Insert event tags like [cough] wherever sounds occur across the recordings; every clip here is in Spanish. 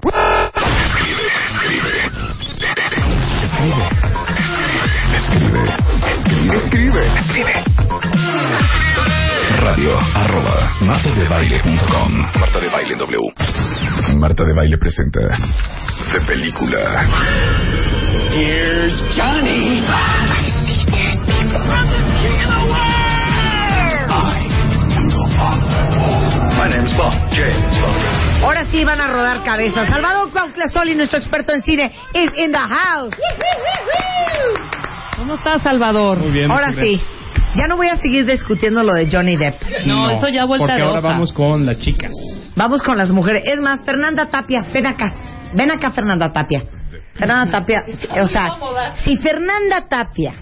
Escribe, escribe. Escribe. Escribe. Escribe. Escribe. Escribe. Radio arroba martadebaile.com Marta de Baile W Marta de Baile presenta De Película Here's Johnny. I see dead people. I'm the king of the world. I am the father. My name's Bob. James Bob. Ahora sí van a rodar cabezas. Salvador Cuauhtlazoli, nuestro experto en cine, is in the house. ¿Cómo estás, Salvador? Muy bien. Ahora muchas sí. gracias. Ya no voy a seguir discutiendo lo de Johnny Depp. No, eso ya vuelta Porque ahora roja. vamos con las chicas. Vamos con las mujeres. Es más, Fernanda Tapia, ven acá. Ven acá, Fernanda Tapia. Fernanda Tapia, o sea, si Fernanda Tapia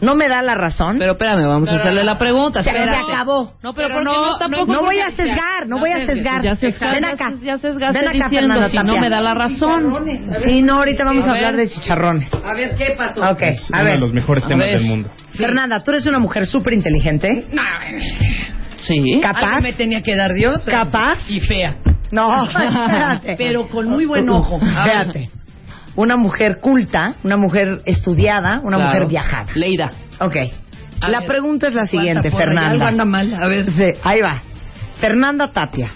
no me da la razón, Pero espérame, vamos a hacerle la pregunta. se, se espérate. acabó. No, pero, ¿por qué no, tampoco. No voy a sesgar, no voy a sesgar. Ya sesgaste, Ven acá. ya sesgaste Ven acá, diciendo, Fernanda si no Tapia. me da la razón. Sí, no, ahorita vamos a A ver. hablar de chicharrones. A ver, ¿qué pasó? Ok, Es a uno ver. de los mejores A temas ver. del mundo. Fernanda, tú eres una mujer súper inteligente. Sí. capaz. Algo me tenía que dar de otra. Capaz. Y fea. [laughs] No, espérate. Pero con muy buen ojo. A ver. Espérate. Una mujer culta, una mujer estudiada, una Claro. mujer viajada. Leida. Ok. A la ver. pregunta es la siguiente, Aguanta, porra, ya Algo anda Fernanda. mal. A ver. Sí, ahí va. Fernanda Tapia.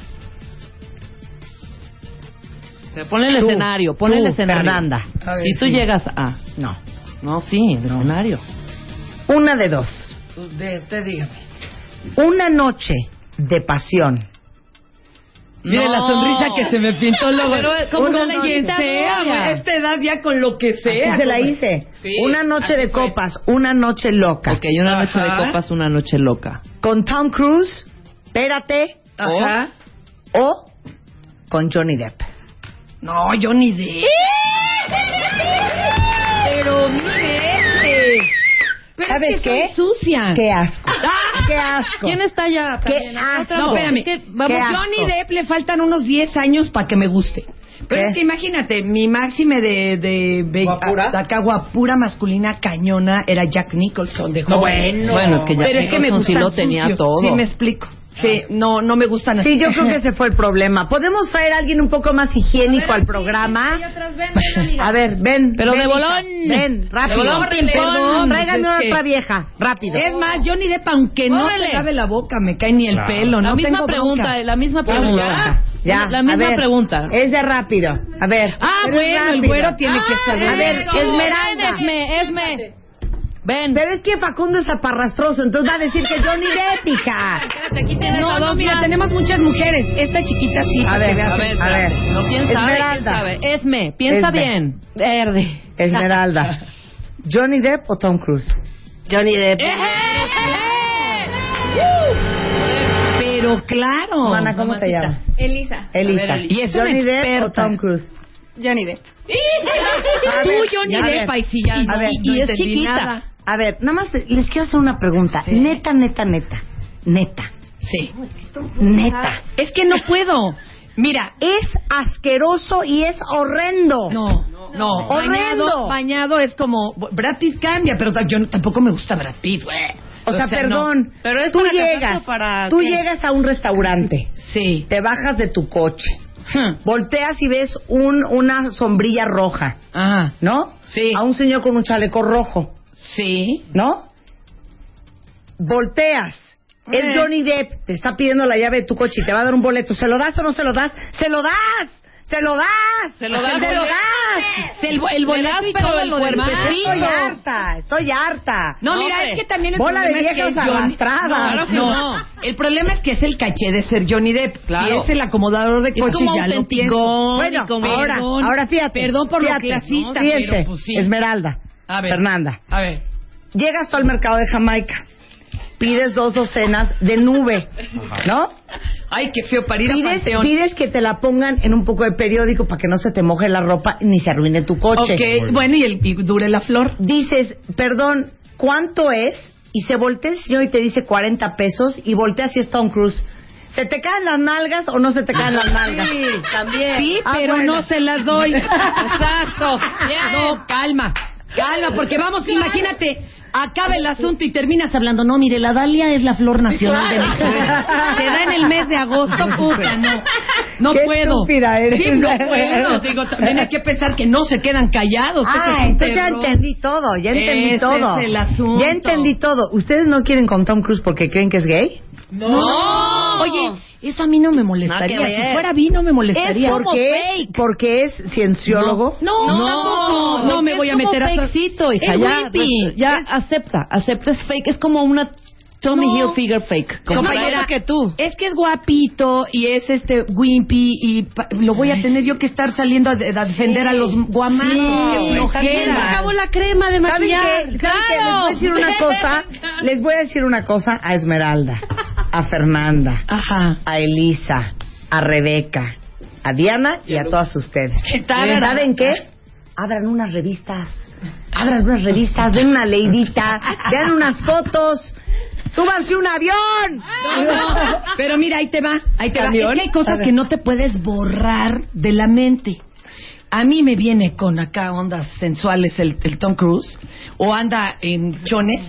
Pon el Tú, escenario, pon el tú, escenario. Fernanda. A ver, Si tú sí. llegas a. No. No, sí, el escenario. Una de dos. Usted, usted dígame. Una noche de pasión. Mire No. la sonrisa que se me pintó luego. Pero, ¿cómo con no le quien hiciste sea, novia? güey. A esta edad ya con lo que sea. Así se la güey. hice. Sí, una noche así de fue. copas, una noche loca. Ok, una noche Ajá. de copas, una noche loca. Con Tom Cruise, espérate, Ajá. Oh. o con Johnny Depp. No, yo ni de. Pero mire este. Pero ¿Sabes es que qué? son sucias. Qué [laughs] asco. Ah. [laughs] Qué asco. ¿Quién está allá? Qué también? asco. Otra No, voz. espérame. Es que Vamos, Qué asco. Johnny Depp le faltan unos 10 años para que me guste. Pero ¿Qué? es que imagínate, mi máxime de, de, de- ¿Guapura? a- acá guapura masculina cañona era Jack Nicholson de joven. Bueno, es que Jack Pero es que me Nicholson sí gustan lo tenía sucios, todo. Sí, me explico. Sí, no, no me gustan así. Sí, yo creo que ese fue el problema. ¿Podemos traer a alguien un poco más higiénico al programa? A ver, ven. Pero ven, de hija. bolón. Ven, rápido. De bolón, ping pong. Perdón, tráiganme pues es otra que- vieja, rápido. [laughs] Es más, Johnny Depp, aunque no Órale. se lave la boca, me cae ni el Claro. pelo. La no misma tengo bronca. pregunta, la misma pregunta. ya, La a misma ver, pregunta. Es de rápido. A ver. pero es Ah, Ah, bueno, el rápido. güero tiene que saber. A ver, Esmeralda. Esme, Esme. Ven. Pero es que Facundo es aparrastroso, entonces va a decir que Johnny Depp, hija. Espérate, aquí tienes No, a no, dos mira, más. tenemos muchas mujeres. Esta chiquita sí. A ver, A ver, a ver. No, ¿quién sabe? ¿Quién Esmeralda. sabe? Esme, piensa Esme. bien. Verde. Esmeralda. ¿Johnny Depp o Tom Cruise? Johnny Depp. Eh, Eh, Pero claro. Mana, ¿cómo te llamas? Elisa. Elisa. Y es una ¿Johnny Depp o experta. Tom Cruise? Johnny Depp. A Tú, ver, Johnny a ver, Depp, ay, sí, ya, a no, ver, no y es entendí chiquita. nada. A ver, nada más les quiero hacer una pregunta. Neta, neta, neta. Neta. Sí. Neta. Es que no puedo. Mira, Es asqueroso y es horrendo. no, no. Horrendo. Bañado, bañado es como. Brad Pitt cambia, pero ta- yo no- tampoco me gusta Brad Pitt, güey. O sea, perdón. no. Pero es tú para casarse llegas, o para tú qué? llegas a un restaurante, Sí. te bajas de tu coche, Hm. volteas y ves un, una sombrilla roja, Ajá. ¿no? Sí. A un señor con un chaleco rojo, Sí. ¿no? Volteas. Es Eh. Johnny Depp, te está pidiendo la llave de tu coche y te va a dar un boleto. ¿Se lo das o no se lo das? ¡Se lo das! ¡Se lo das! Se lo das, ¡Se lo boleto. das! El, bo- el boleto y pero todo el lo demás. cuerpecito. Estoy harta, estoy harta. No, No, mira, hombre. es que también el Bola de problema es que viejas es Johnny- arrastradas. No, Claro que no. no. El problema es que es el caché de ser Johnny Depp. Claro. Si es el acomodador de coches, como ya lo auténtico. pienso. Bueno, Ni con ahora, perdón. ahora fíjate. Perdón por lo fíjate, clasista, fíjense, pero pues sí. Esmeralda, A ver. Fernanda, A ver. llegas tú al mercado de Jamaica, pides dos docenas de nube, ¿no? Ay, qué feo parir a Pides, Panteón. pides que te la pongan en un poco de periódico para que no se te moje la ropa ni se arruine tu coche. Ok, bueno, y, el, y dure la flor. dices, perdón, ¿cuánto es? Y se voltea el señor y te dice 40 pesos y voltea si es Tom Cruise. ¿Se te caen las nalgas o no se te caen [laughs] las nalgas? también. Sí, Ah, pero bueno. no se las [laughs] doy. Exacto. No, calma. Calma, porque vamos, imagínate, acaba el asunto y terminas hablando, no, mire, la Dalia es la flor nacional de México. Se da en el mes de agosto, puta, no. No Qué puedo. estúpida eres. Sí, no puedo. Digo, también hay que pensar que no se quedan callados. Ese Ah, es un entonces ya terror. entendí todo, ya entendí Ese todo. es el asunto. Ya entendí todo. ¿Ustedes no quieren con Tom Cruise porque creen que es gay? No. Oye, eso a mí no me molestaría. Nada que ver. si fuera vi, no me molestaría. Es como porque fake. porque es cienciólogo. No, no, tampoco. no, me Es voy a como meter a fakecito, hija, Es ya, hippie. ya Es- acepta, acepta, es fake, es como una Tommy No. Hilfiger fake. Como compañera. era, Es que es guapito y es este wimpy y pa- lo voy a tener yo que estar saliendo a, de- a defender a los guamanos. Sí, Qué también. flojera. Se acabó la crema de ¿Saben qué? ¿Saben qué? Les voy a decir una cosa. Les voy a decir una cosa a Esmeralda, a Fernanda, Ajá. a Elisa, a Rebeca, a Diana y a todas ustedes. Qué tarada. ¿Saben qué? Abran unas revistas. Abran unas revistas, den una leidita, vean unas fotos, súbanse un avión. Pero mira, ahí te va, ahí te va. ¿Camión? Es que hay cosas que no te puedes borrar de la mente. A mí me viene con acá ondas sensuales el, el Tom Cruise o anda en chones.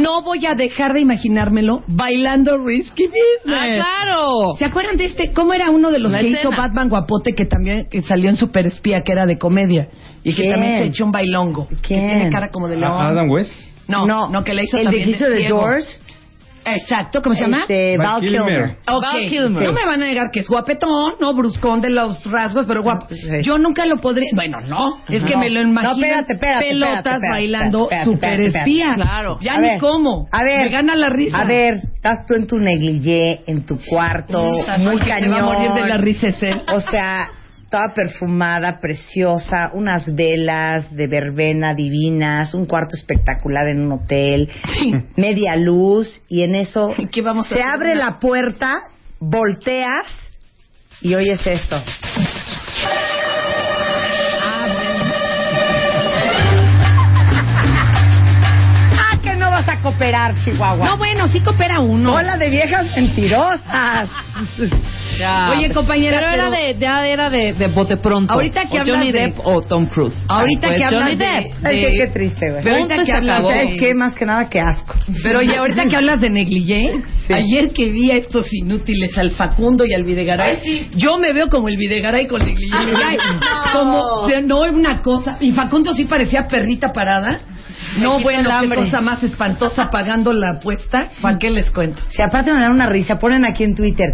No voy a dejar de imaginármelo bailando Risky Business. Ah, claro. ¿Se acuerdan de este? ¿Cómo era uno de los La que escena. hizo Batman Guapote que también que salió en Superespía, que era de comedia? Y que ¿Quién? también se echó un bailongo. Que ¿Quién? tiene cara como de león. Ah, Adam West. No, no, que la hizo El también que hizo The ciego. Doors. Exacto, ¿cómo se llama? Este, Val Val Kilmer. Kilmer. Ok, Val Kilmer. No me van a negar que es guapetón, no bruscón de los rasgos, pero guapo. Sí. Yo nunca lo podría. Bueno, no. Es que No. me lo imagino. No, espérate, espérate, pelotas espérate, espérate, bailando espérate, espérate, espérate. superespía. Claro. Ya A ni ver, cómo. A ver. Me gana la risa. A ver, estás tú en tu negligé, en tu cuarto, Puta, muy el que se cañón. va a morir de la risa es él. O sea, toda perfumada, preciosa, unas velas de verbena divinas, un cuarto espectacular en un hotel, media luz, y en eso [laughs] ¿Qué vamos a se hacer? abre la puerta, volteas y oyes esto. ¡Ah, que no vas a cooperar, Chihuahua! No, bueno, sí coopera uno. Hola de viejas mentirosas. Oye, compañera, Pero, era pero- de, ya era de, de bote pronto. Ahorita que O hablas Johnny de- Depp o Tom Cruise. Ahorita Ah, pues, que hablas Johnny de- Depp. Ay, de- qué, qué triste, güey. Pero Punto ahorita y que se hablas acabó. de- ¿Sabes qué? Más que nada, qué asco. Pero oye, ahorita que hablas de negligé, ayer que vi a estos inútiles, al Facundo y al Videgaray, yo me veo como el Videgaray con negligé. Me cae Como, de- no es una cosa. Y Facundo sí parecía perrita parada. No, bueno, qué cosa más espantosa pagando la apuesta. ¿Para qué les cuento? Si aparte me dan una risa, ponen aquí en Twitter.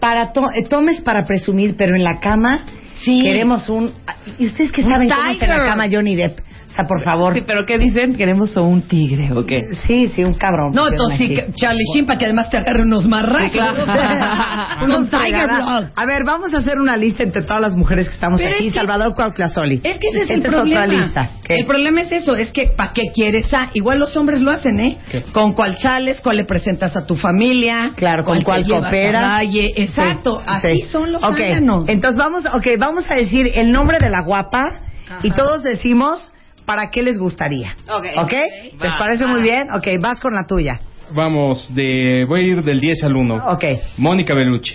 Para to- eh, tomes para presumir, pero en la cama Sí. queremos un. ¿Y ustedes qué saben cómo es en la tiger. cama Johnny Depp? O sea, por favor. Sí, pero ¿qué dicen? Queremos o un tigre, ¿o qué? Sí, sí, un cabrón. No, pusieron entonces sí, aquí. que- [laughs] Charlie Sheen, para que además te agarre unos marracos. [laughs] Unos [laughs] unos Tiger fregadas. Blood. A ver, vamos a hacer una lista entre todas las mujeres que estamos Pero aquí. es que- Salvador Cuauhtlazoli. Es que ese es el Esta problema. otra lista. ¿Qué? El problema es eso, es que ¿para qué quieres a? Igual los hombres lo hacen, ¿eh? Con cuál sales, cuál le presentas a tu familia. Claro, con cuál te llevas cooperas. a Calle. Exacto, Sí, así sí. son los Ok, zánganos. Entonces vamos, okay, vamos a decir el nombre de la guapa y todos decimos para qué les gustaría. Ok. ¿Ok? ¿Les parece muy bien? Ok, vas con la tuya. Vamos, de, voy a ir del 10 al 1. Ok. Mónica Bellucci.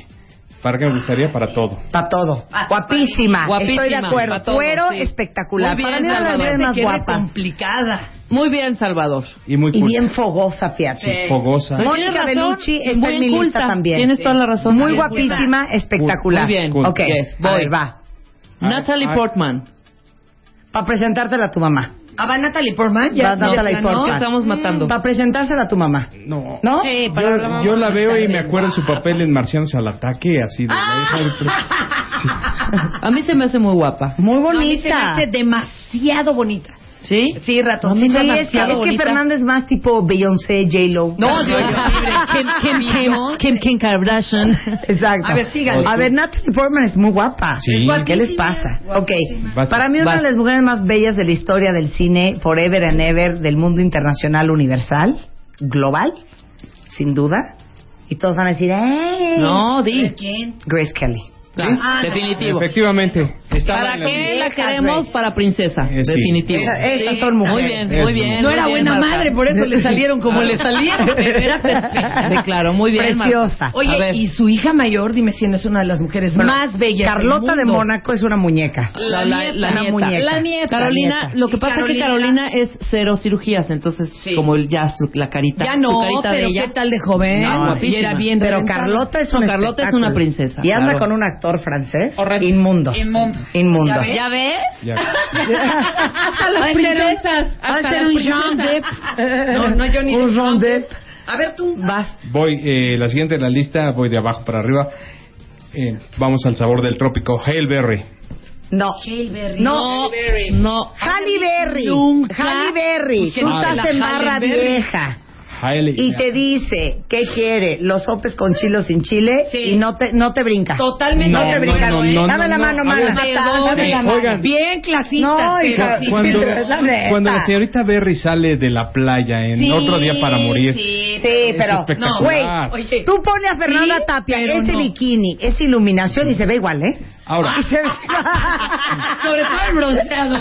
¿Para qué me gustaría? Para todo. Para todo. Pa- Guapísima. guapísima. Estoy de acuerdo. Pa' todo, Cuero sí. espectacular. Muy bien, para mí era de las Salvador. mujeres Se más quiere guapas. complicada. Muy bien, Salvador. Y muy Y culta. bien fogosa, fíjate. Sí. Fogosa. Pero Mónica tienes razón, Bellucci está muy en mi culta. lista también. Tienes toda la razón. Muy Bien culta. guapísima, espectacular. Muy bien. Ok, Yes, a voy. ver, va. Ah, Natalie ah, Portman. Para presentártela a tu mamá. Ah, va Natalie Portman, Va ya Natalie ya ganó. Portman. Estamos matando. Para Mm. presentársela a tu mamá. No. ¿No? Yo, yo la veo y me acuerdo de su papel en Marcianos al ataque, así de... Ah. A mí se me hace muy guapa. Muy No, a mí se me bonita. hace demasiado bonita. ¿Sí? Sí, Sí, ratoncita es que, es que bonita. Fernández es más tipo Beyoncé, J-Lo. No, Dios libre. Kim, Kim, Kim, Kim, Kim Kardashian. Exacto. A ver, síganle. A ver, Natalie Portman es muy guapa. Sí. Es guapísima. ¿Qué les pasa? Ok. Vas. Para mí, una Vas. de las mujeres más bellas de la historia del cine, forever and ever, del mundo internacional, universal, global, sin duda. Y todos van a decir, ¡eh! No, di. ¿Quién? Grace Kelly. Ah, definitivo. Efectivamente. Está ¿Para mal en qué el- la queremos? Para princesa. Eh, sí. Definitivo. Esa- esas Sí. son mujeres. Muy bien, muy Eso. bien. No muy era bien, buena Marta. madre, por eso le salieron como le [laughs] salieron. pero Era perfecta. Sí, claro, muy bien. Marta. Preciosa. Oye, Oye, y su hija mayor, dime si no es una de las mujeres Bueno, más bellas. del Carlota de mundo. Mónaco es una muñeca. la, la, la Una nieta. muñeca. La nieta. Carolina, La nieta. lo que Y pasa es que Carolina- Carolina es cero cirugías, entonces Sí. como el- ya su- la carita, Ya no, su carita de pero ella. ¿qué [laughs] tal de joven? No, y guapísima. era bien Pero reventada. Carlota es No, una Carlota es una princesa, Y anda claro. con un actor francés Correcto. inmundo. Inmundo. Inmundo. ¿Ya ves? Ya. Hasta las Va a ser un- princesas. va a hasta ser las un Jean princesas. No, no, yo ni. Un John Depp. A ver tú. Vas. Voy, eh, la siguiente en la lista, voy de abajo para arriba. Eh, vamos al sabor del trópico, Hail Berry. No. No. No, no. Halle Berry. Nunca. Halle Berry. Ah, Que Tú no estás la en barra Halle Berry. vieja. Hail Y te dice, ¿qué quiere? ¿Los sopes con chile o sin chile? Sí. Y no te, no te brinca. Totalmente. No, No te no, brinca. no, ¿eh? no, Dame no, la no. mano, A mano. ver, Dame la eh, mano. oigan. Bien clasistas, No, pero hija, sí, cuando, pero- es la neta. cuando la señorita Berry sale de la playa en Sí, otro día para morir, Sí, Sí, pero... espectacular. Güey, Oye. tú pone a Fernanda Sí, Tapia pero ese no. bikini, esa iluminación y se ve igual, ¿eh? ahora, Y se ve- Sobre todo el bronceado.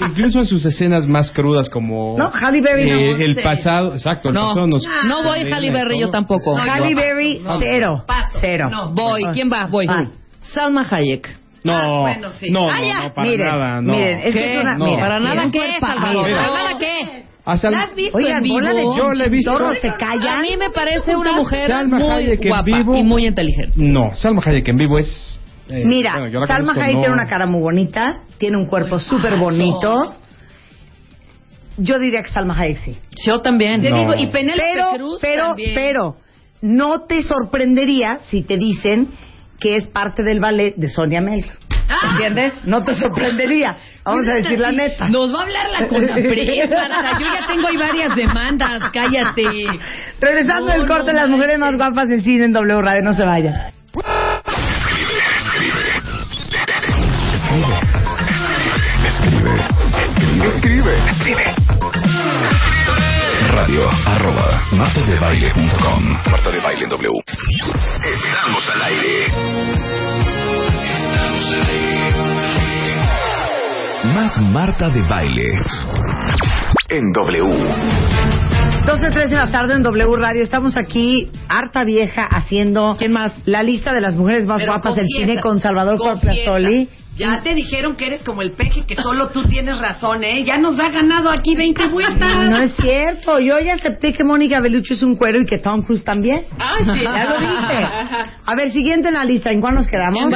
incluso en sus escenas más crudas como No, Halle Berry eh, no. Ah, el sí. pasado, exacto, el No, pasado nos- no voy condena Halle y Berry, todo. yo tampoco. Halle Berry, No. cero. Paso. Cero. No. Voy, ¿quién va? Voy. Vas. Salma Hayek. No, Ah, bueno, sí. no, no, Ah, ya. no, para miren, nada, no. miren, es que es una... No. mira, Para mira. nada qué, Mira. Salvador. Mira. Para nada qué. Hasta ¿La has visto Oigan, en vivo? bola de Yo la he visto. chinchorros se A callan. mí me parece una mujer Salma muy Hayek en guapa vivo. y muy inteligente. No, Salma Hayek en vivo es. eh, Mira, bueno, yo la Salma conozco, Hayek no. tiene una cara muy bonita, tiene un cuerpo súper bonito. Yo diría que Salma Hayek sí. Yo también. Te No. digo, y Penélope Pero, Cruz pero, también. pero, no te sorprendería si te dicen que es parte del ballet de Sonia Mel. Ah. ¿Entiendes? No te [laughs] sorprendería. Vamos a decir la neta. Nos va a hablar la CONAPRED, Marta. Yo ya tengo ahí varias demandas, cállate. Regresando No, del corte, no las mujeres más manches. guapas del cine en W Radio, no se vayan. Escribe. Escribe. Escribe. Escribe. Radio arroba martadebaile.com Marta de Baile W Estamos al aire. Estamos al aire. Más Marta de Baile. En W. 12, 3 de la tarde en W Radio. Estamos aquí, harta vieja, haciendo. ¿Quién más? La lista de las mujeres más Pero guapas del confiesa, cine con Salvador confiesa. Corplasoli. [laughs] Ya te dijeron que eres como el peje, que solo tú tienes razón, ¿eh? Ya nos ha ganado aquí 20 vueltas. No es cierto. Yo ya acepté que Mónica Bellucci es un cuero y que Tom Cruise también. Ah, sí. Ya lo dije. A ver, siguiente en la lista. ¿En cuál nos quedamos? ¿Quién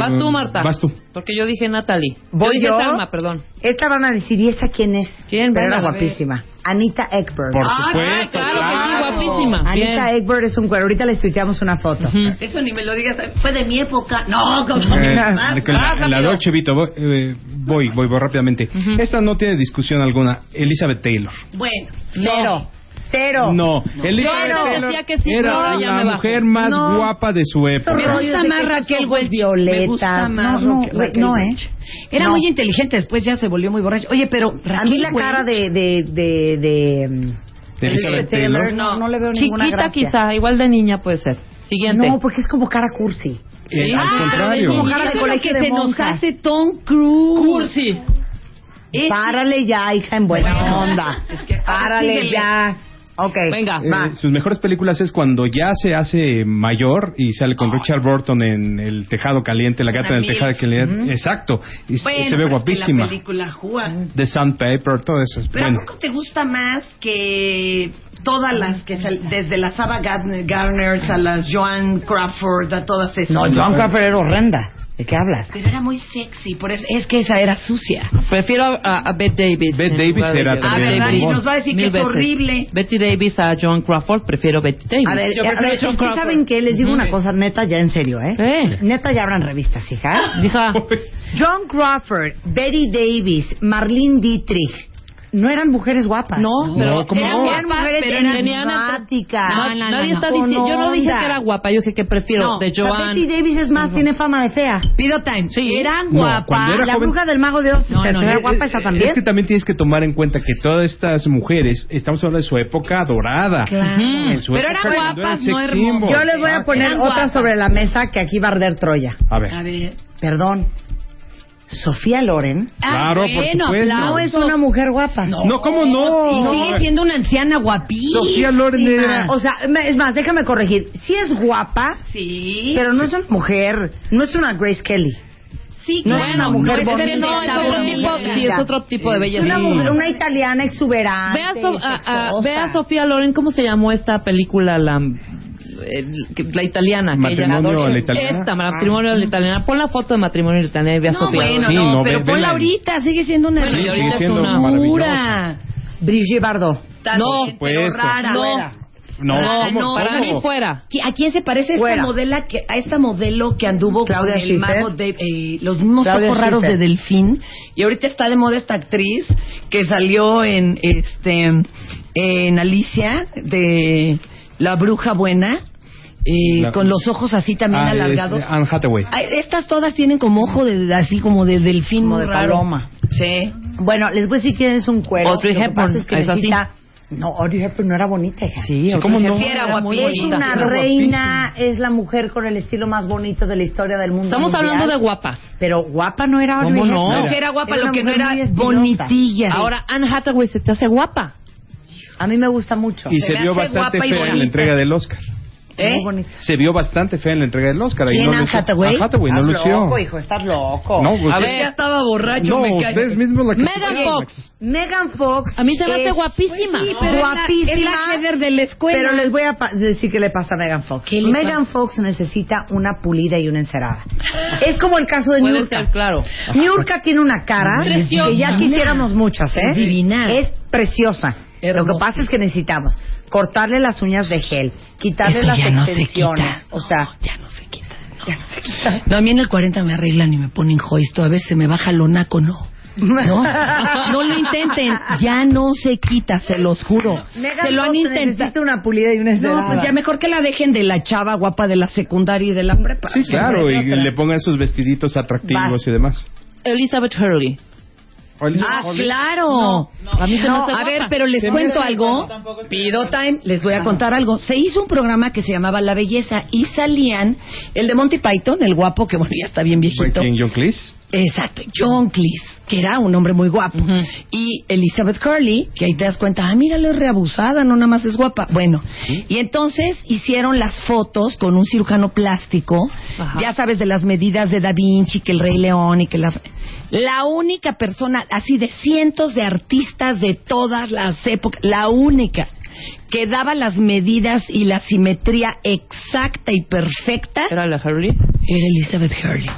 va? vas tú, Marta. Vas tú. Porque yo dije Natalie. Voy dije yo. Salma, perdón. Esta van a decir, ¿y esta quién es? ¿Quién? Pero Ven era a ver. guapísima. Anita Ekberg. Por Ah, supuesto. claro, claro que sí, claro. guapísima. Anita Bien. Ekberg es un cuero. Ahorita les tuiteamos una foto. Ujú. Eso ni me lo digas. Fue de mi época. No, como... Eh, Vas, en la, en la Dolce Vito, voy, eh, voy, voy, voy rápidamente. Ujú. Esta no tiene discusión alguna. Elizabeth Taylor. Bueno. Cero. Cero. No, Elizabeth Yo Taylor decía que sí, pero era ahora ya me la bajo. mujer más No. guapa de su época. Estos Me rollos gusta de más que estos Raquel ojos Welch. Violeta. Me gusta más no, Raquel- no, Raquel no, ¿eh? Welch. Era No. muy inteligente, después ya se volvió muy borracho. Oye, pero A mí la Raquel cara Welch- de, de, de, de, mm, De Elizabeth Elizabeth Taylor, Taylor. no, no le veo ninguna Pues Chiquita gracia. quizá, igual de niña puede ser. Siguiente. No, porque es como cara cursi. Eh, Ah, al contrario. como cara de Eso es lo colegio que de se nos monjas. hace Tom Cruise. Cursi. Es- Párale ya, hija, en buena Bueno. onda. Es que- Párale síguele. ya. Ok. Venga. Eh, Va. sus mejores películas es cuando ya se hace mayor y sale con Richard Burton en El Tejado Caliente, La Gata en el También. Tejado Caliente. Exacto. Y se- Bueno, se ve pero es que guapísima. La película Juan. The Sandpaper, todo eso. es Pero bueno. ¿a poco te gusta más que todas las que sal- desde la Saba Gardner, Garners a las Joan Crawford a todas esas? No, Joan Crawford era horrenda. ¿De qué hablas? Pero era muy sexy, por eso es que esa era sucia. Prefiero a, a- a Bette Davis. Bette en Davis lugar de era Jessica también Biel. Ah, ¿verdad? Y nos va a decir Mil que es horrible. Betty Davis a John Crawford, prefiero Betty Davis. A ver, eh, Yo a prefiero ver, Joan es que Crawford. saben qué, les digo una cosa neta ya en serio, [laughs] ¿eh? ¿Qué? Neta ya abran revistas, hija. Hija, John Crawford, Betty Davis, Marlene Dietrich, No eran mujeres guapas. No, pero ¿cómo eran no? guapas, Eran mujeres pero eran- tenían hasta- enigmáticas. No, no, no, Nadie no. está Con diciendo. Yo no dije que era onda. guapa, yo dije que prefiero No, de O sea, Joan. Betty Davis es más, tiene fama de fea. Pido time. Sí. Eran No, guapas. cuando era Ah, la joven- bruja del mago de Oz, No, se no, ve no. guapa esa también. Es que también tienes que tomar en cuenta que todas estas mujeres, estamos hablando de su época dorada. Claro. En su Pero época eran cuando guapas, sex no hermosas. symbol. Yo les voy a poner Eran otra guapas. sobre la mesa que aquí va a arder Troya. Ah, A ver. A ver. Perdón. Sofía Loren Ah, Claro, por bueno, supuesto. no aplausos. es una mujer guapa. No, ¿cómo no? Y No. sigue siendo una anciana guapísima. Sofía Loren era... O sea, es más, déjame corregir. Sí es guapa, Sí. pero no es una mujer, no es una Grace Kelly. sí, no es claro. una mujer es que bonita, no, es otro tipo. sí, es otro tipo de Es belleza. una, Sí. mujer- una italiana exuberante. Ve a, So- y a- a- sexosa. ve a Sofía Loren, ¿cómo se llamó esta película? La, el- que- la italiana. que ella- Matrimonio a la italiana. Esta, matrimonio a la italiana. Pon la foto de matrimonio a la italiana y ve a No, Sofía bueno, Loren. Sí, no, no, pero ve- ponla vela. ahorita, sigue siendo una Bueno, y señora ahorita es siendo una maravillosa. pura. Brigitte Bardot. No, También, pero supuesto. rara. No. No, Ah, ¿cómo? no, Para ¿Cómo? mí fuera. ¿Qui- ¿A quién se parece esta Fuera. modela que, a esta modelo que anduvo Claudia con el Schiffer. mago de eh, los mismos Claudia ojos raros de Schiffer. Delfín y ahorita está de moda esta actriz que salió en este en Alicia de La Bruja Buena eh, La- con los ojos así también Ah, es alargados. Anne Hathaway. Ay, Estas todas tienen como ojo de así como de delfín Como de raro. paloma. Sí. Bueno, les voy a decir quién es un cuero. Audrey Lo que pasa Hepburn, es que es así. necesita- No, Audrey Hepburn no era bonita, hija. Sí, Sí, ¿cómo no? Sí, era guapísima. muy Es bonita. una Era reina, es la mujer con el estilo más bonito de la historia del mundo. Estamos mundial. hablando de guapas. Pero guapa no era Audrey ¿Cómo no? Hepburn. No, que era guapa, lo una que no mujer era muy estilosa. bonitilla. Ahora, Anne Hathaway se te hace guapa. A mí me gusta mucho. Y Se se, me vio hace bastante guapa fea y en bonita. la entrega del Oscar. ¿Eh? Muy bonita. Se vio bastante fea en la entrega del Oscar. ahí ¿Quién, no Anne lució. Hathaway? Anne Hathaway, no Ah, Estás lució. loco, hijo, estás loco. No, pues, A sí. ver. ya estaba borracho, No, me cae. ustedes mismos la Megan criticaron. Fox. Megan Fox. A mí se me hace es guapísima. sí, pero es la- guapísima. es la Heather de la escuela. Pero les voy a pa- decir qué le pasa a Megan Fox. ¿Qué le Megan Fox necesita una pulida y una encerada. Es como el caso de Puede Niurka. ser, claro. Niurka tiene una cara Preciosa. que ya quisiéramos muchas, ¿eh? Es divina. Es preciosa. Lo que Hermosa. pasa es que necesitamos cortarle las uñas de gel, quitarle Eso las ya no se extensiones, quita. o sea, Ya no se quita. No. No, a mí en el 40 me arreglan y me ponen joisto. A ver, se me baja lo naco, no. No, no lo intenten. Ya no se quita, se los juro. Ah, Megan se lo han Fox necesita intentado. una pulida y una encerada. No, pues ya mejor que la dejen de la chava guapa de la secundaria y de la prepa. Sí, claro, y le pongan sus vestiditos atractivos Vas. y demás. Elizabeth Hurley. Ah, claro. A mí se me hace a guapa. ver, pero les Se me cuento hace algo. Pido time, les voy a contar algo. Se hizo un programa que se llamaba La Belleza y salían el de Monty Python, el guapo que bueno, ya está bien viejito. ¿Quién, John Cleese? Exacto, John Cleese, que era un hombre muy guapo. Ujú. Y Elizabeth Curley, que ahí te das cuenta, ah, míralo, es reabusada, no nada más es guapa. Bueno, y entonces hicieron las fotos con un cirujano plástico, Ajá. ya sabes, de las medidas de Da Vinci, que el Rey León y que la... La única persona, así de cientos de artistas de todas las épocas, la única que daba las medidas y la simetría exacta y perfecta ¿Era la Hurley? era Elizabeth Hurley.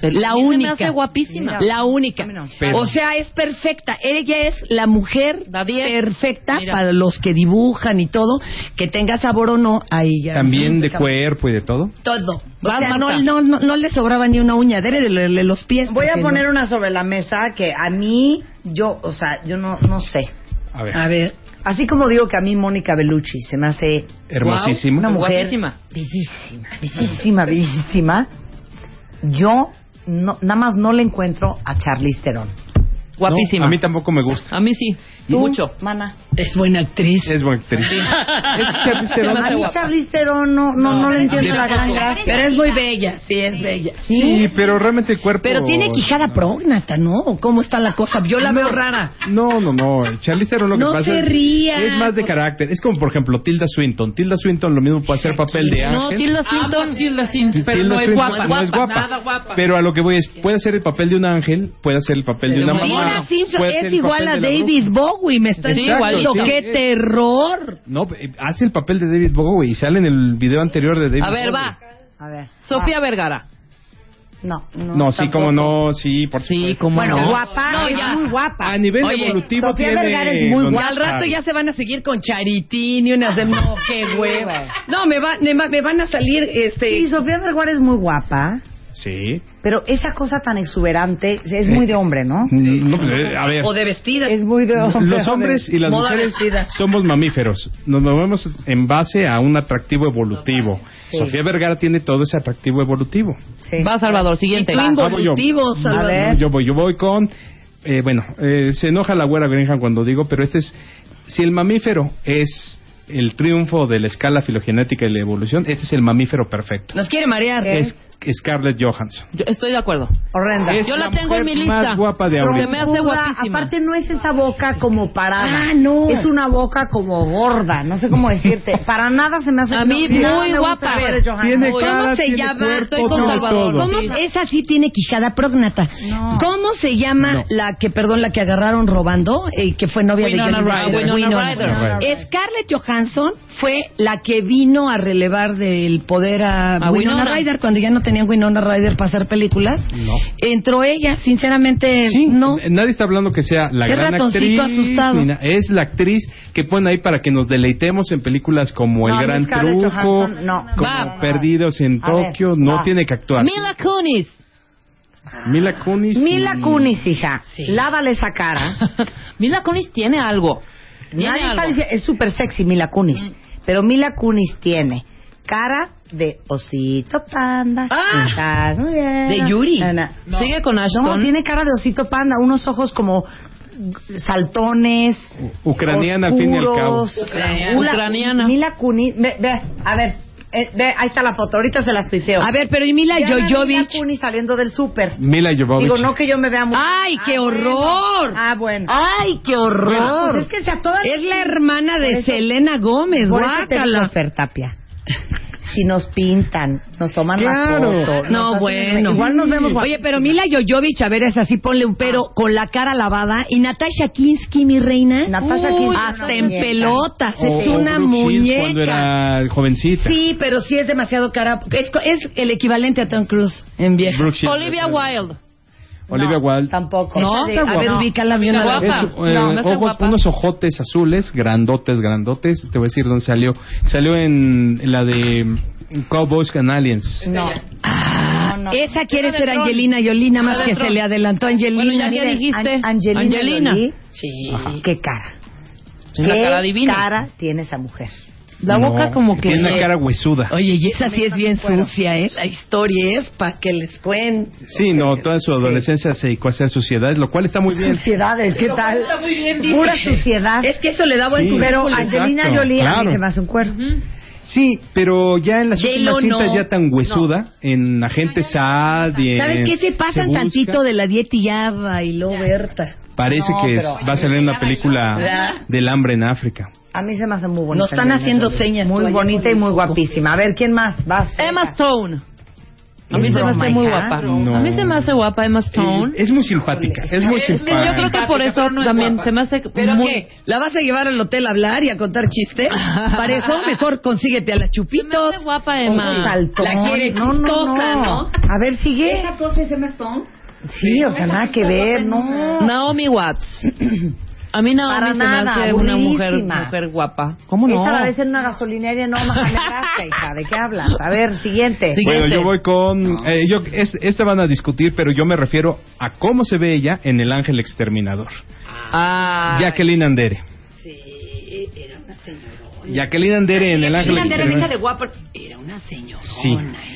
Se- La a mí se única. me hace guapísima. Mira. La única. Pero- O sea, es perfecta. Ella es la mujer La diez. perfecta Mira. para los que dibujan y todo. Que tenga sabor o no, ahí ya. También de cuerpo y de todo. Todo. O Vas, sea, no, Marta. no, no, no le sobraba ni una uña. Debe de leerle los pies. Voy a porque poner no. una sobre la mesa que a mí, yo, o sea, yo no, no sé. A ver, A ver. Así como digo que a mí Mónica Bellucci se me hace hermosísimo. una mujer Guapísima. bellísima, bellísima, bellísima. Yo no, nada más no le encuentro a Charlize Theron. Guapísima. No, a mí tampoco me gusta. A mí sí. ¿Tú, Mucho. Mana. Es buena actriz. Es buena actriz. [laughs] Es Charlize Theron. Se me A hace mí guapa. Charlize Theron no, no, no, le entiendo mí la gran tampoco. gracia. Pero es muy bella. Sí, es bella. Sí, pero realmente el cuerpo... Pero tiene quijada Pues, prógnata, ¿no? ¿Cómo está la cosa? Yo la veo rara. No, no, no. Charlize Theron lo que No pasa se es- ría. es más de carácter. Es como, por ejemplo, Tilda Swinton. Tilda Swinton lo mismo puede hacer papel de No, ángel. Tilda Swinton. Tilda Swinton no es guapa. Pero a lo que voy es, puede hacer el papel de un ángel, puede hacer el papel de una Pero mamá. Mira, Simpson puede hacer es Ah, el igual papel a de la bruja. David Bowie, me está Sí, diciendo. igualito. ¡Qué Sí. Eh, terror! No, eh, hace el papel de David Bowie y sale en el video anterior de David A ver, Bowie. va. A ver. ah, Sofía Ah. Vergara. No, no. No, sí, tampoco. como no, sí, por Sí, supuesto. cómo Bueno, no. guapa, No, es ya. muy guapa. A nivel Oye, evolutivo Sofía tiene... Vergara es muy donde guapa. Y al rato sabe. ya se van a seguir con Charitín y unas de... No, [laughs] qué hueva. No, me, va- me va- me van a salir, este... Sí, Sofía Vergara es muy guapa. Sí. Pero esa cosa tan exuberante es muy de hombre, ¿no? No, pues, eh, a ver. O de vestida. Es muy de hombre. [laughs] Los hombres y las Moda mujeres vestida. somos mamíferos. Nos movemos en base a un atractivo evolutivo. Sí. Sofía Vergara tiene todo ese atractivo evolutivo. Sí. Va, Salvador, siguiente. Tú Va, Ah, voy yo. involutivo, A Salvador. ver. Yo voy, yo voy con. eh, bueno, eh, se enoja la güera Greenham cuando digo, pero este es. Si el mamífero es el triunfo de la escala filogenética y la evolución, este es el mamífero perfecto. Nos quiere marear. ¿Qué? Es Scarlett Johansson. Yo estoy de acuerdo. Horrenda. Es Yo la tengo en mi mujer más lista. guapa de Pero ahorita. se me hace Toda- guapísima. Aparte no es esa boca como parada. Ah, no. Es una boca como gorda, no sé cómo [laughs] decirte. Para nada se me hace A mí, no, nada muy me gusta guapa. la A ver, Scarlett Johansson. tiene ¿Cómo cara, se tiene llama? cuerpo, Estoy con tiene Salvador. todo. ¿Cómo? ¿Cómo- Esa sí tiene quijada prógnata. No. ¿Cómo se llama No. la que, perdón, la que agarraron robando, eh, que fue novia Winona de Johnny Ryder. Depp? Ah, Winona Ryder. Ryder. Scarlett Johansson fue la que vino a relevar del poder a, A Winona. Winona. Ryder cuando ya no tenían Winona Ryder para hacer películas. No. Entró ella, eh, sinceramente, Sí, no. n- nadie está hablando que sea la Qué gran actriz. ratoncito asustado. ni na- Es la actriz que ponen ahí para que nos deleitemos en películas como No, El Gran Scarlett Truco, Johansson, no. como Va. Perdidos en A ver, Tokio. no va. tiene que actuar. Mila Kunis. [laughs] Mila Kunis. Mila y- Kunis, hija. Sí. Lávale esa cara. Mila Kunis tiene algo. Tiene Nadie está algo. Mm. diciendo- es súper sexy Mila Kunis, pero Mila Kunis tiene cara de osito panda. Ah. Estás muy bien. De Yuri. Na, na. No. Sigue con Ashton. No, tiene cara de osito panda, unos ojos como saltones. U- mm, ucraniana, al fin y al cabo. oscuros. Ucraniana. Ula- Ucraniana. Mila Kunis, ve, ve, a ver, eh, ve, ahí está la foto, ahorita se la suiceo. Ah, A ver, pero y Mila Vean a Mila Jojovic. Kunis saliendo del súper. Mila Jovovich. Digo, no que yo me vea muy... ¡Ay, qué horror! Ah, bueno. ¡Ay, qué horror! Bueno, pues es que si a todas- Es la hermana de Por eso- Selena Gómez, Por eso te digo, guácala. Fer Tapia. Si nos pintan, nos toman Claro. la foto. nos No, hacen- bueno. Igual nos vemos. Ah. Oye, pero Mila Jojovic, a ver, es así, ponle un pero con la cara lavada. Y Natasha Kinsky, mi reina. Natasha Uy, Kinsky, Hasta una en muñeca. pelotas. O- es o una Brooke Shields Cuando muñeca. era jovencita. Sí, pero sí es demasiado cara. Es, co- es el equivalente a Tom Cruise en vieja. Brooke Shields. Olivia Wilde. Olivia Wilde. Tampoco. No, Esa de- a ver, no. ubica la Está mía. guapa. Es, eh, No, no está ojos- guapa. unos ojotes azules, grandotes, grandotes. Te voy a decir dónde salió. Salió en la de Cowboys and Aliens. No. Ah, No, no. Esa quiere Era de ser Tron. Angelina Jolie, nada más Era de que Tron. se le adelantó a Angelina. Bueno, ya que Mira, dijiste. An- Angelina. Jolie. Sí. Qué cara. Una ¿Qué cara divina. cara tiene esa mujer? La No, boca como que... Tiene una cara huesuda. Oye, y esa sí es bien sucia, ¿eh? La historia es para que les cuente. Sí, no, toda su adolescencia se dedicó a hacer suciedades, lo cual está muy bien. Suciedades, ¿qué tal? Pura suciedad. Es que eso le da buen Sí, culo. Pero exacto, Angelina Jolie a claro. mí se me hace un cuerno. Sí, pero ya en las J-Lo últimas cintas no. ya tan huesuda, en Agente Sad y en... ¿Sabes qué? Se Se pasan Busca, tantito de la dieta y ya bailó Berta. Parece No, que es- pero- va a salir una película ¿Verdad? del hambre en África. A mí se me hace muy bonita. Nos están Angelina haciendo Jolie. señas, tú, Muy allá bonita por y el muy grupo. guapísima. A ver, ¿quién más? Vas. Emma venga. Stone. A mí Es se me broma, hace muy hija. guapa. No. A mí se me hace guapa Emma Stone. Eh, es muy simpática, es muy Es que simpática. yo creo que por eso también se me hace ¿Pero muy... qué? ¿La vas a llevar al hotel a hablar y a contar [laughs] chistes? Para eso mejor consíguete a la Se me Chupitos. hace guapa Ojo Emma. saltón. La quiere no, no, chistosa, no. ¿no? A ver, sigue. cosa es Emma Stone? Sí, o sea, nada que ver, no. Naomi Watts. A mí Naomi Para se me nada, hace una mujer, aburridísima. mujer guapa. ¿Cómo no? Esta la ves en una gasolinería, no, más hija. ¿De qué hablas? A ver, siguiente. Sí. Bueno, Siguiente. yo voy con... eh, yo, es- esta van a discutir, pero yo me refiero a cómo se ve ella en El Ángel Exterminador. Ah, Jacqueline Andere. Sí, era una señora. Jacqueline Andere en El Ángel Era deja de Exterminador. guapa. Era una señora. Sí.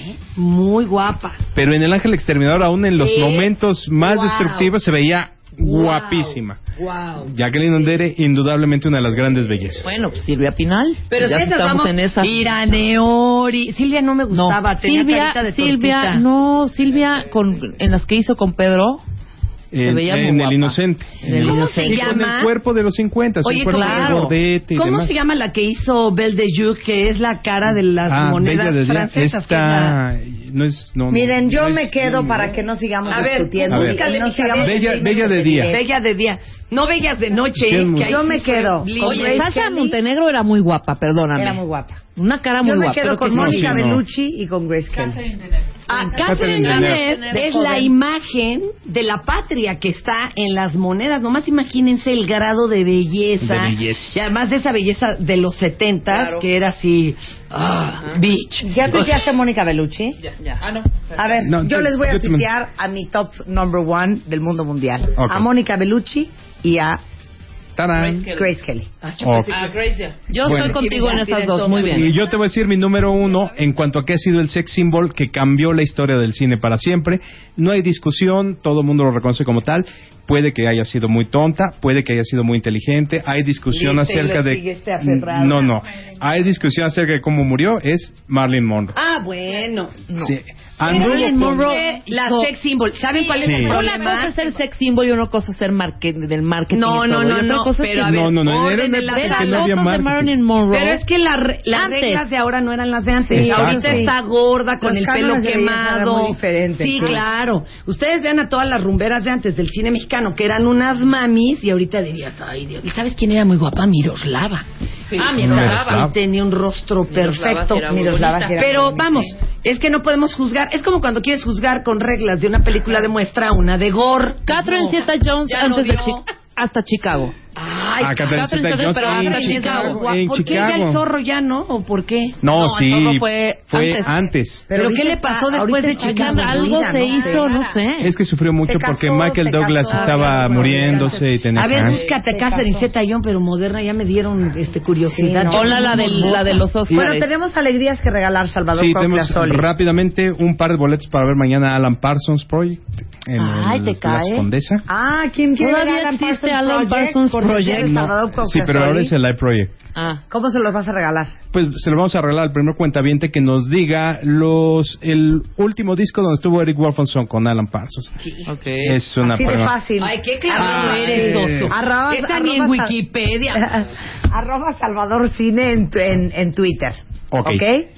¿eh? muy guapa. Pero en El Ángel Exterminador, aún en los Sí. momentos más Wow. destructivos, se veía guapísima. Wow. Jacqueline Andere, indudablemente una de las grandes bellezas. Bueno, pues Silvia Pinal. Pero ya si esas estamos vamos en esa. Mira, Neori. Silvia no me No, gustaba. tenía Silvia, carita de Silvia, tortita. no, Silvia con, en las que hizo con Pedro. se En- veía muy en guapa. El Inocente. En El ¿Cómo se Sí, Con llama? el cuerpo de los 50, su Oye, cuerpo claro. de gordete y ¿Cómo demás. se llama la que hizo Belle de Joux, que es la cara de las Ah, monedas Bella de Día. francesas? que Esta, no es, no, Miren, no yo es- me quedo para que no sigamos A ver, discutiendo. a ver. y no búscale, sigamos Bella- diciendo Bella de que día. es la- diré. Bella de día. No bellas de noche. Sí, eh, muy- que ahí Yo sí me fue quedo lindo. con Oye, Grace Sasha Kelly. Montenegro era muy guapa, perdóname. Era muy guapa. Una cara muy Yo me guapa. quedo creo que con sí. Mónica sí, no. Bellucci y con Grace Kelly. Ah, Catherine Catherine Deneuve. Deneuve De es la joven. imagen de la patria que está en las monedas. Nomás imagínense el grado de belleza. De belleza. Y además de esa belleza de los setentas, Claro. que era así, ah, bitch. ¿Ya tuiteaste a Mónica Bellucci? Ah, no. A ver, No, yo te- les voy a yo te men- tuitear a mi top number one del mundo mundial. Ok. A Mónica Bellucci y a Pues ¡Tarán! Grace Kelly. Ah, Ok. Yo Bueno. estoy contigo en estas dos, muy bien. Y yo te voy a decir mi número uno en cuanto a que ha sido el sex symbol que cambió la historia del cine para siempre. No hay discusión, todo el mundo lo reconoce como tal. Puede que haya sido muy tonta, puede que haya sido muy inteligente. Hay discusión Liz Taylor acerca sigue de. este aferrada. No, no. Hay discusión acerca de cómo murió. Es Marilyn Monroe. Ah, bueno. Sí. Anduvo Marilyn con- Monroe, la hizo- sex symbol. ¿Saben cuál es Sí. el Una problema? cosa es ser sex symbol y una cosa es ser marque- del marketing. No, y no, todo. Y no, otra no, cosa es pero que- a ver, No, no, no, era orden una en las Ver época que no las reglas. había fotos de marketing. Ah, Marilyn Monroe. Pero es que la re- las Antes. reglas de ahora no eran las de antes. Exacto. Ahorita está gorda, con Los el pelo cánones de belleza eran quemado. muy diferentes, sí, sí. claro. Ustedes vean a todas las rumberas de antes del cine mexicano, que eran unas mamis, y ahorita dirías, ay Dios. ¿Y sabes quién era muy guapa? Miroslava. Ah, Miroslava. Y tenía un rostro perfecto. era muy Miroslava bonita. sí era muy Pero bonita. vamos, es que no podemos juzgar. Es como cuando quieres juzgar con reglas de una película de muestra a una de gore. Catherine No. Zeta-Jones Ya no antes de dio. Chi- hasta Chicago. Ay, Ah, Catherine Catherine Zeta-Jones Zeta- pero en Catherine Chicago, Zeta-Jones, guau, en ¿Por qué ya el Chicago. zorro ya no? ¿O por qué? No, No, el sí. zorro fue fue antes. antes. ¿Pero qué ahorita le está- pasó después ahorita de está Chicago? muy Algo dolorida, se ¿no? hizo, no sé. Es que sufrió mucho Se casó, porque Michael se Douglas casó, estaba claro, muriéndose y tenía A ver, cáncer. búscate Se Catherine casó. Zeta John, pero moderna, ya me dieron este curiosidad. Sí, no. Yo Hola, la, soy del- morbosa. la de los Oscars. Bueno, tenemos alegrías que regalar, Salvador Sí, Cuauhtémoc tenemos Piazzoli. rápidamente un par de boletos para ver mañana Alan Parsons Project en Ay, el te Plaza cae. Condesa. Ah, ¿quién quiere Todavía ver Alan existe Parsons Alan Project? Parsons Porque Project. eres Salvador Cuauhtémoc Sí, pero ahora Piazzoli. es el Live Project. Ah. ¿Cómo se los vas a regalar? Pues se lo vamos a arreglar al primer cuentaviente que nos diga los el último disco donde estuvo Eric Wolfenson con Alan Parsons. Ok. Es una Así de prueba. fácil. Ay, qué claro Ay. eres, oso. Arroba- Esa ni en arroba- Wikipedia. [laughs] Arroba Salvador Cine en, tu- en, en Twitter. Ok.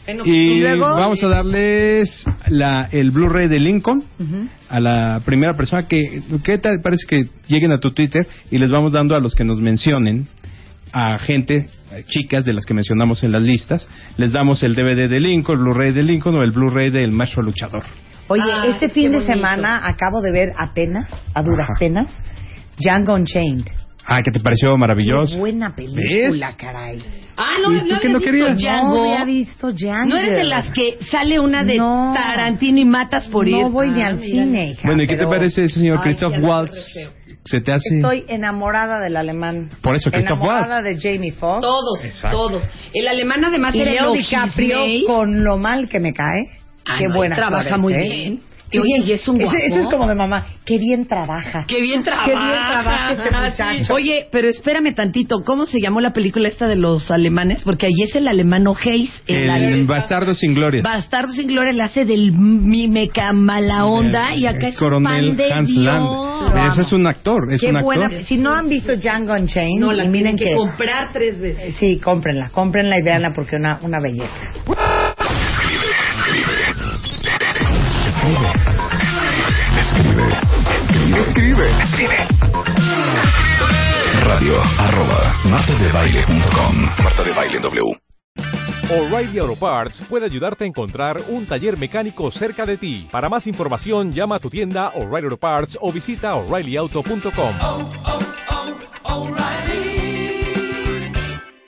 Bueno, Y y pues, pues, luego- eh, vamos a darles la, el Blu-ray de Lincoln Ujú. a la primera persona que, ¿qué tal? Parece que lleguen a tu Twitter y les vamos dando a los que nos mencionen, a gente, a chicas de las que mencionamos en las listas, les damos el DVD de Lincoln, el Blu-ray de Lincoln o el Blu-ray del macho luchador. Oye, Ay, este Ah, qué fin de bonito. semana acabo de ver apenas, a duras Ajá. penas, Django Unchained. Ah, que te pareció maravilloso. Qué buena película, ¿Ves? caray. Ah, no, ¿Y tú no qué no habías querías? visto Django. No había visto Django. ¿No eres de las que sale una de No. Tarantino y matas por ir. No voy ni Ah, al mira. cine, hija. bueno, ¿y qué te pero parece ese señor Ay, Christoph sí, Waltz? Alfredo Se te hace... Estoy enamorada del alemán. Por eso, Christoph Enamorada de Jamie Foxx. Todos, Exacto. todos. El alemán además Y era Leo el DiCaprio, Ojisley. con lo mal que me cae. Ah, qué no, buena trabaja flores, muy ¿eh? bien. Qué Oye, bien. y es un Ese- guapo. Ese es como de mamá. Qué bien trabaja. Qué bien trabaja. Qué bien trabaja este Ah, muchacho. sí. Oye, pero espérame tantito. ¿Cómo se llamó la película esta de los alemanes? Porque ahí es el alemano Hayes. El, El alemán bastardo sin gloria. Bastardo sin gloria le hace del mimeca mala onda. El- Y acá el es coronel pan de Hans Dios. Land. Lo Ese amo. es un actor, es Qué un actor. buena. Si no han visto Django Unchained, No, la y miren tienen que, que... comprar tres veces. Sí, cómprenla, cómprenla y véanla porque una una belleza. Escribe. Escribe. Escribe. Radio arroba martadebaile.com. Marta de Baile W. O'Reilly Auto Parts puede ayudarte a encontrar un taller mecánico cerca de ti. Para más información, llama a tu tienda O'Reilly Auto Parts o visita oreillyauto.com. oh, oh, O'Reilly.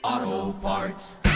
Auto Parts.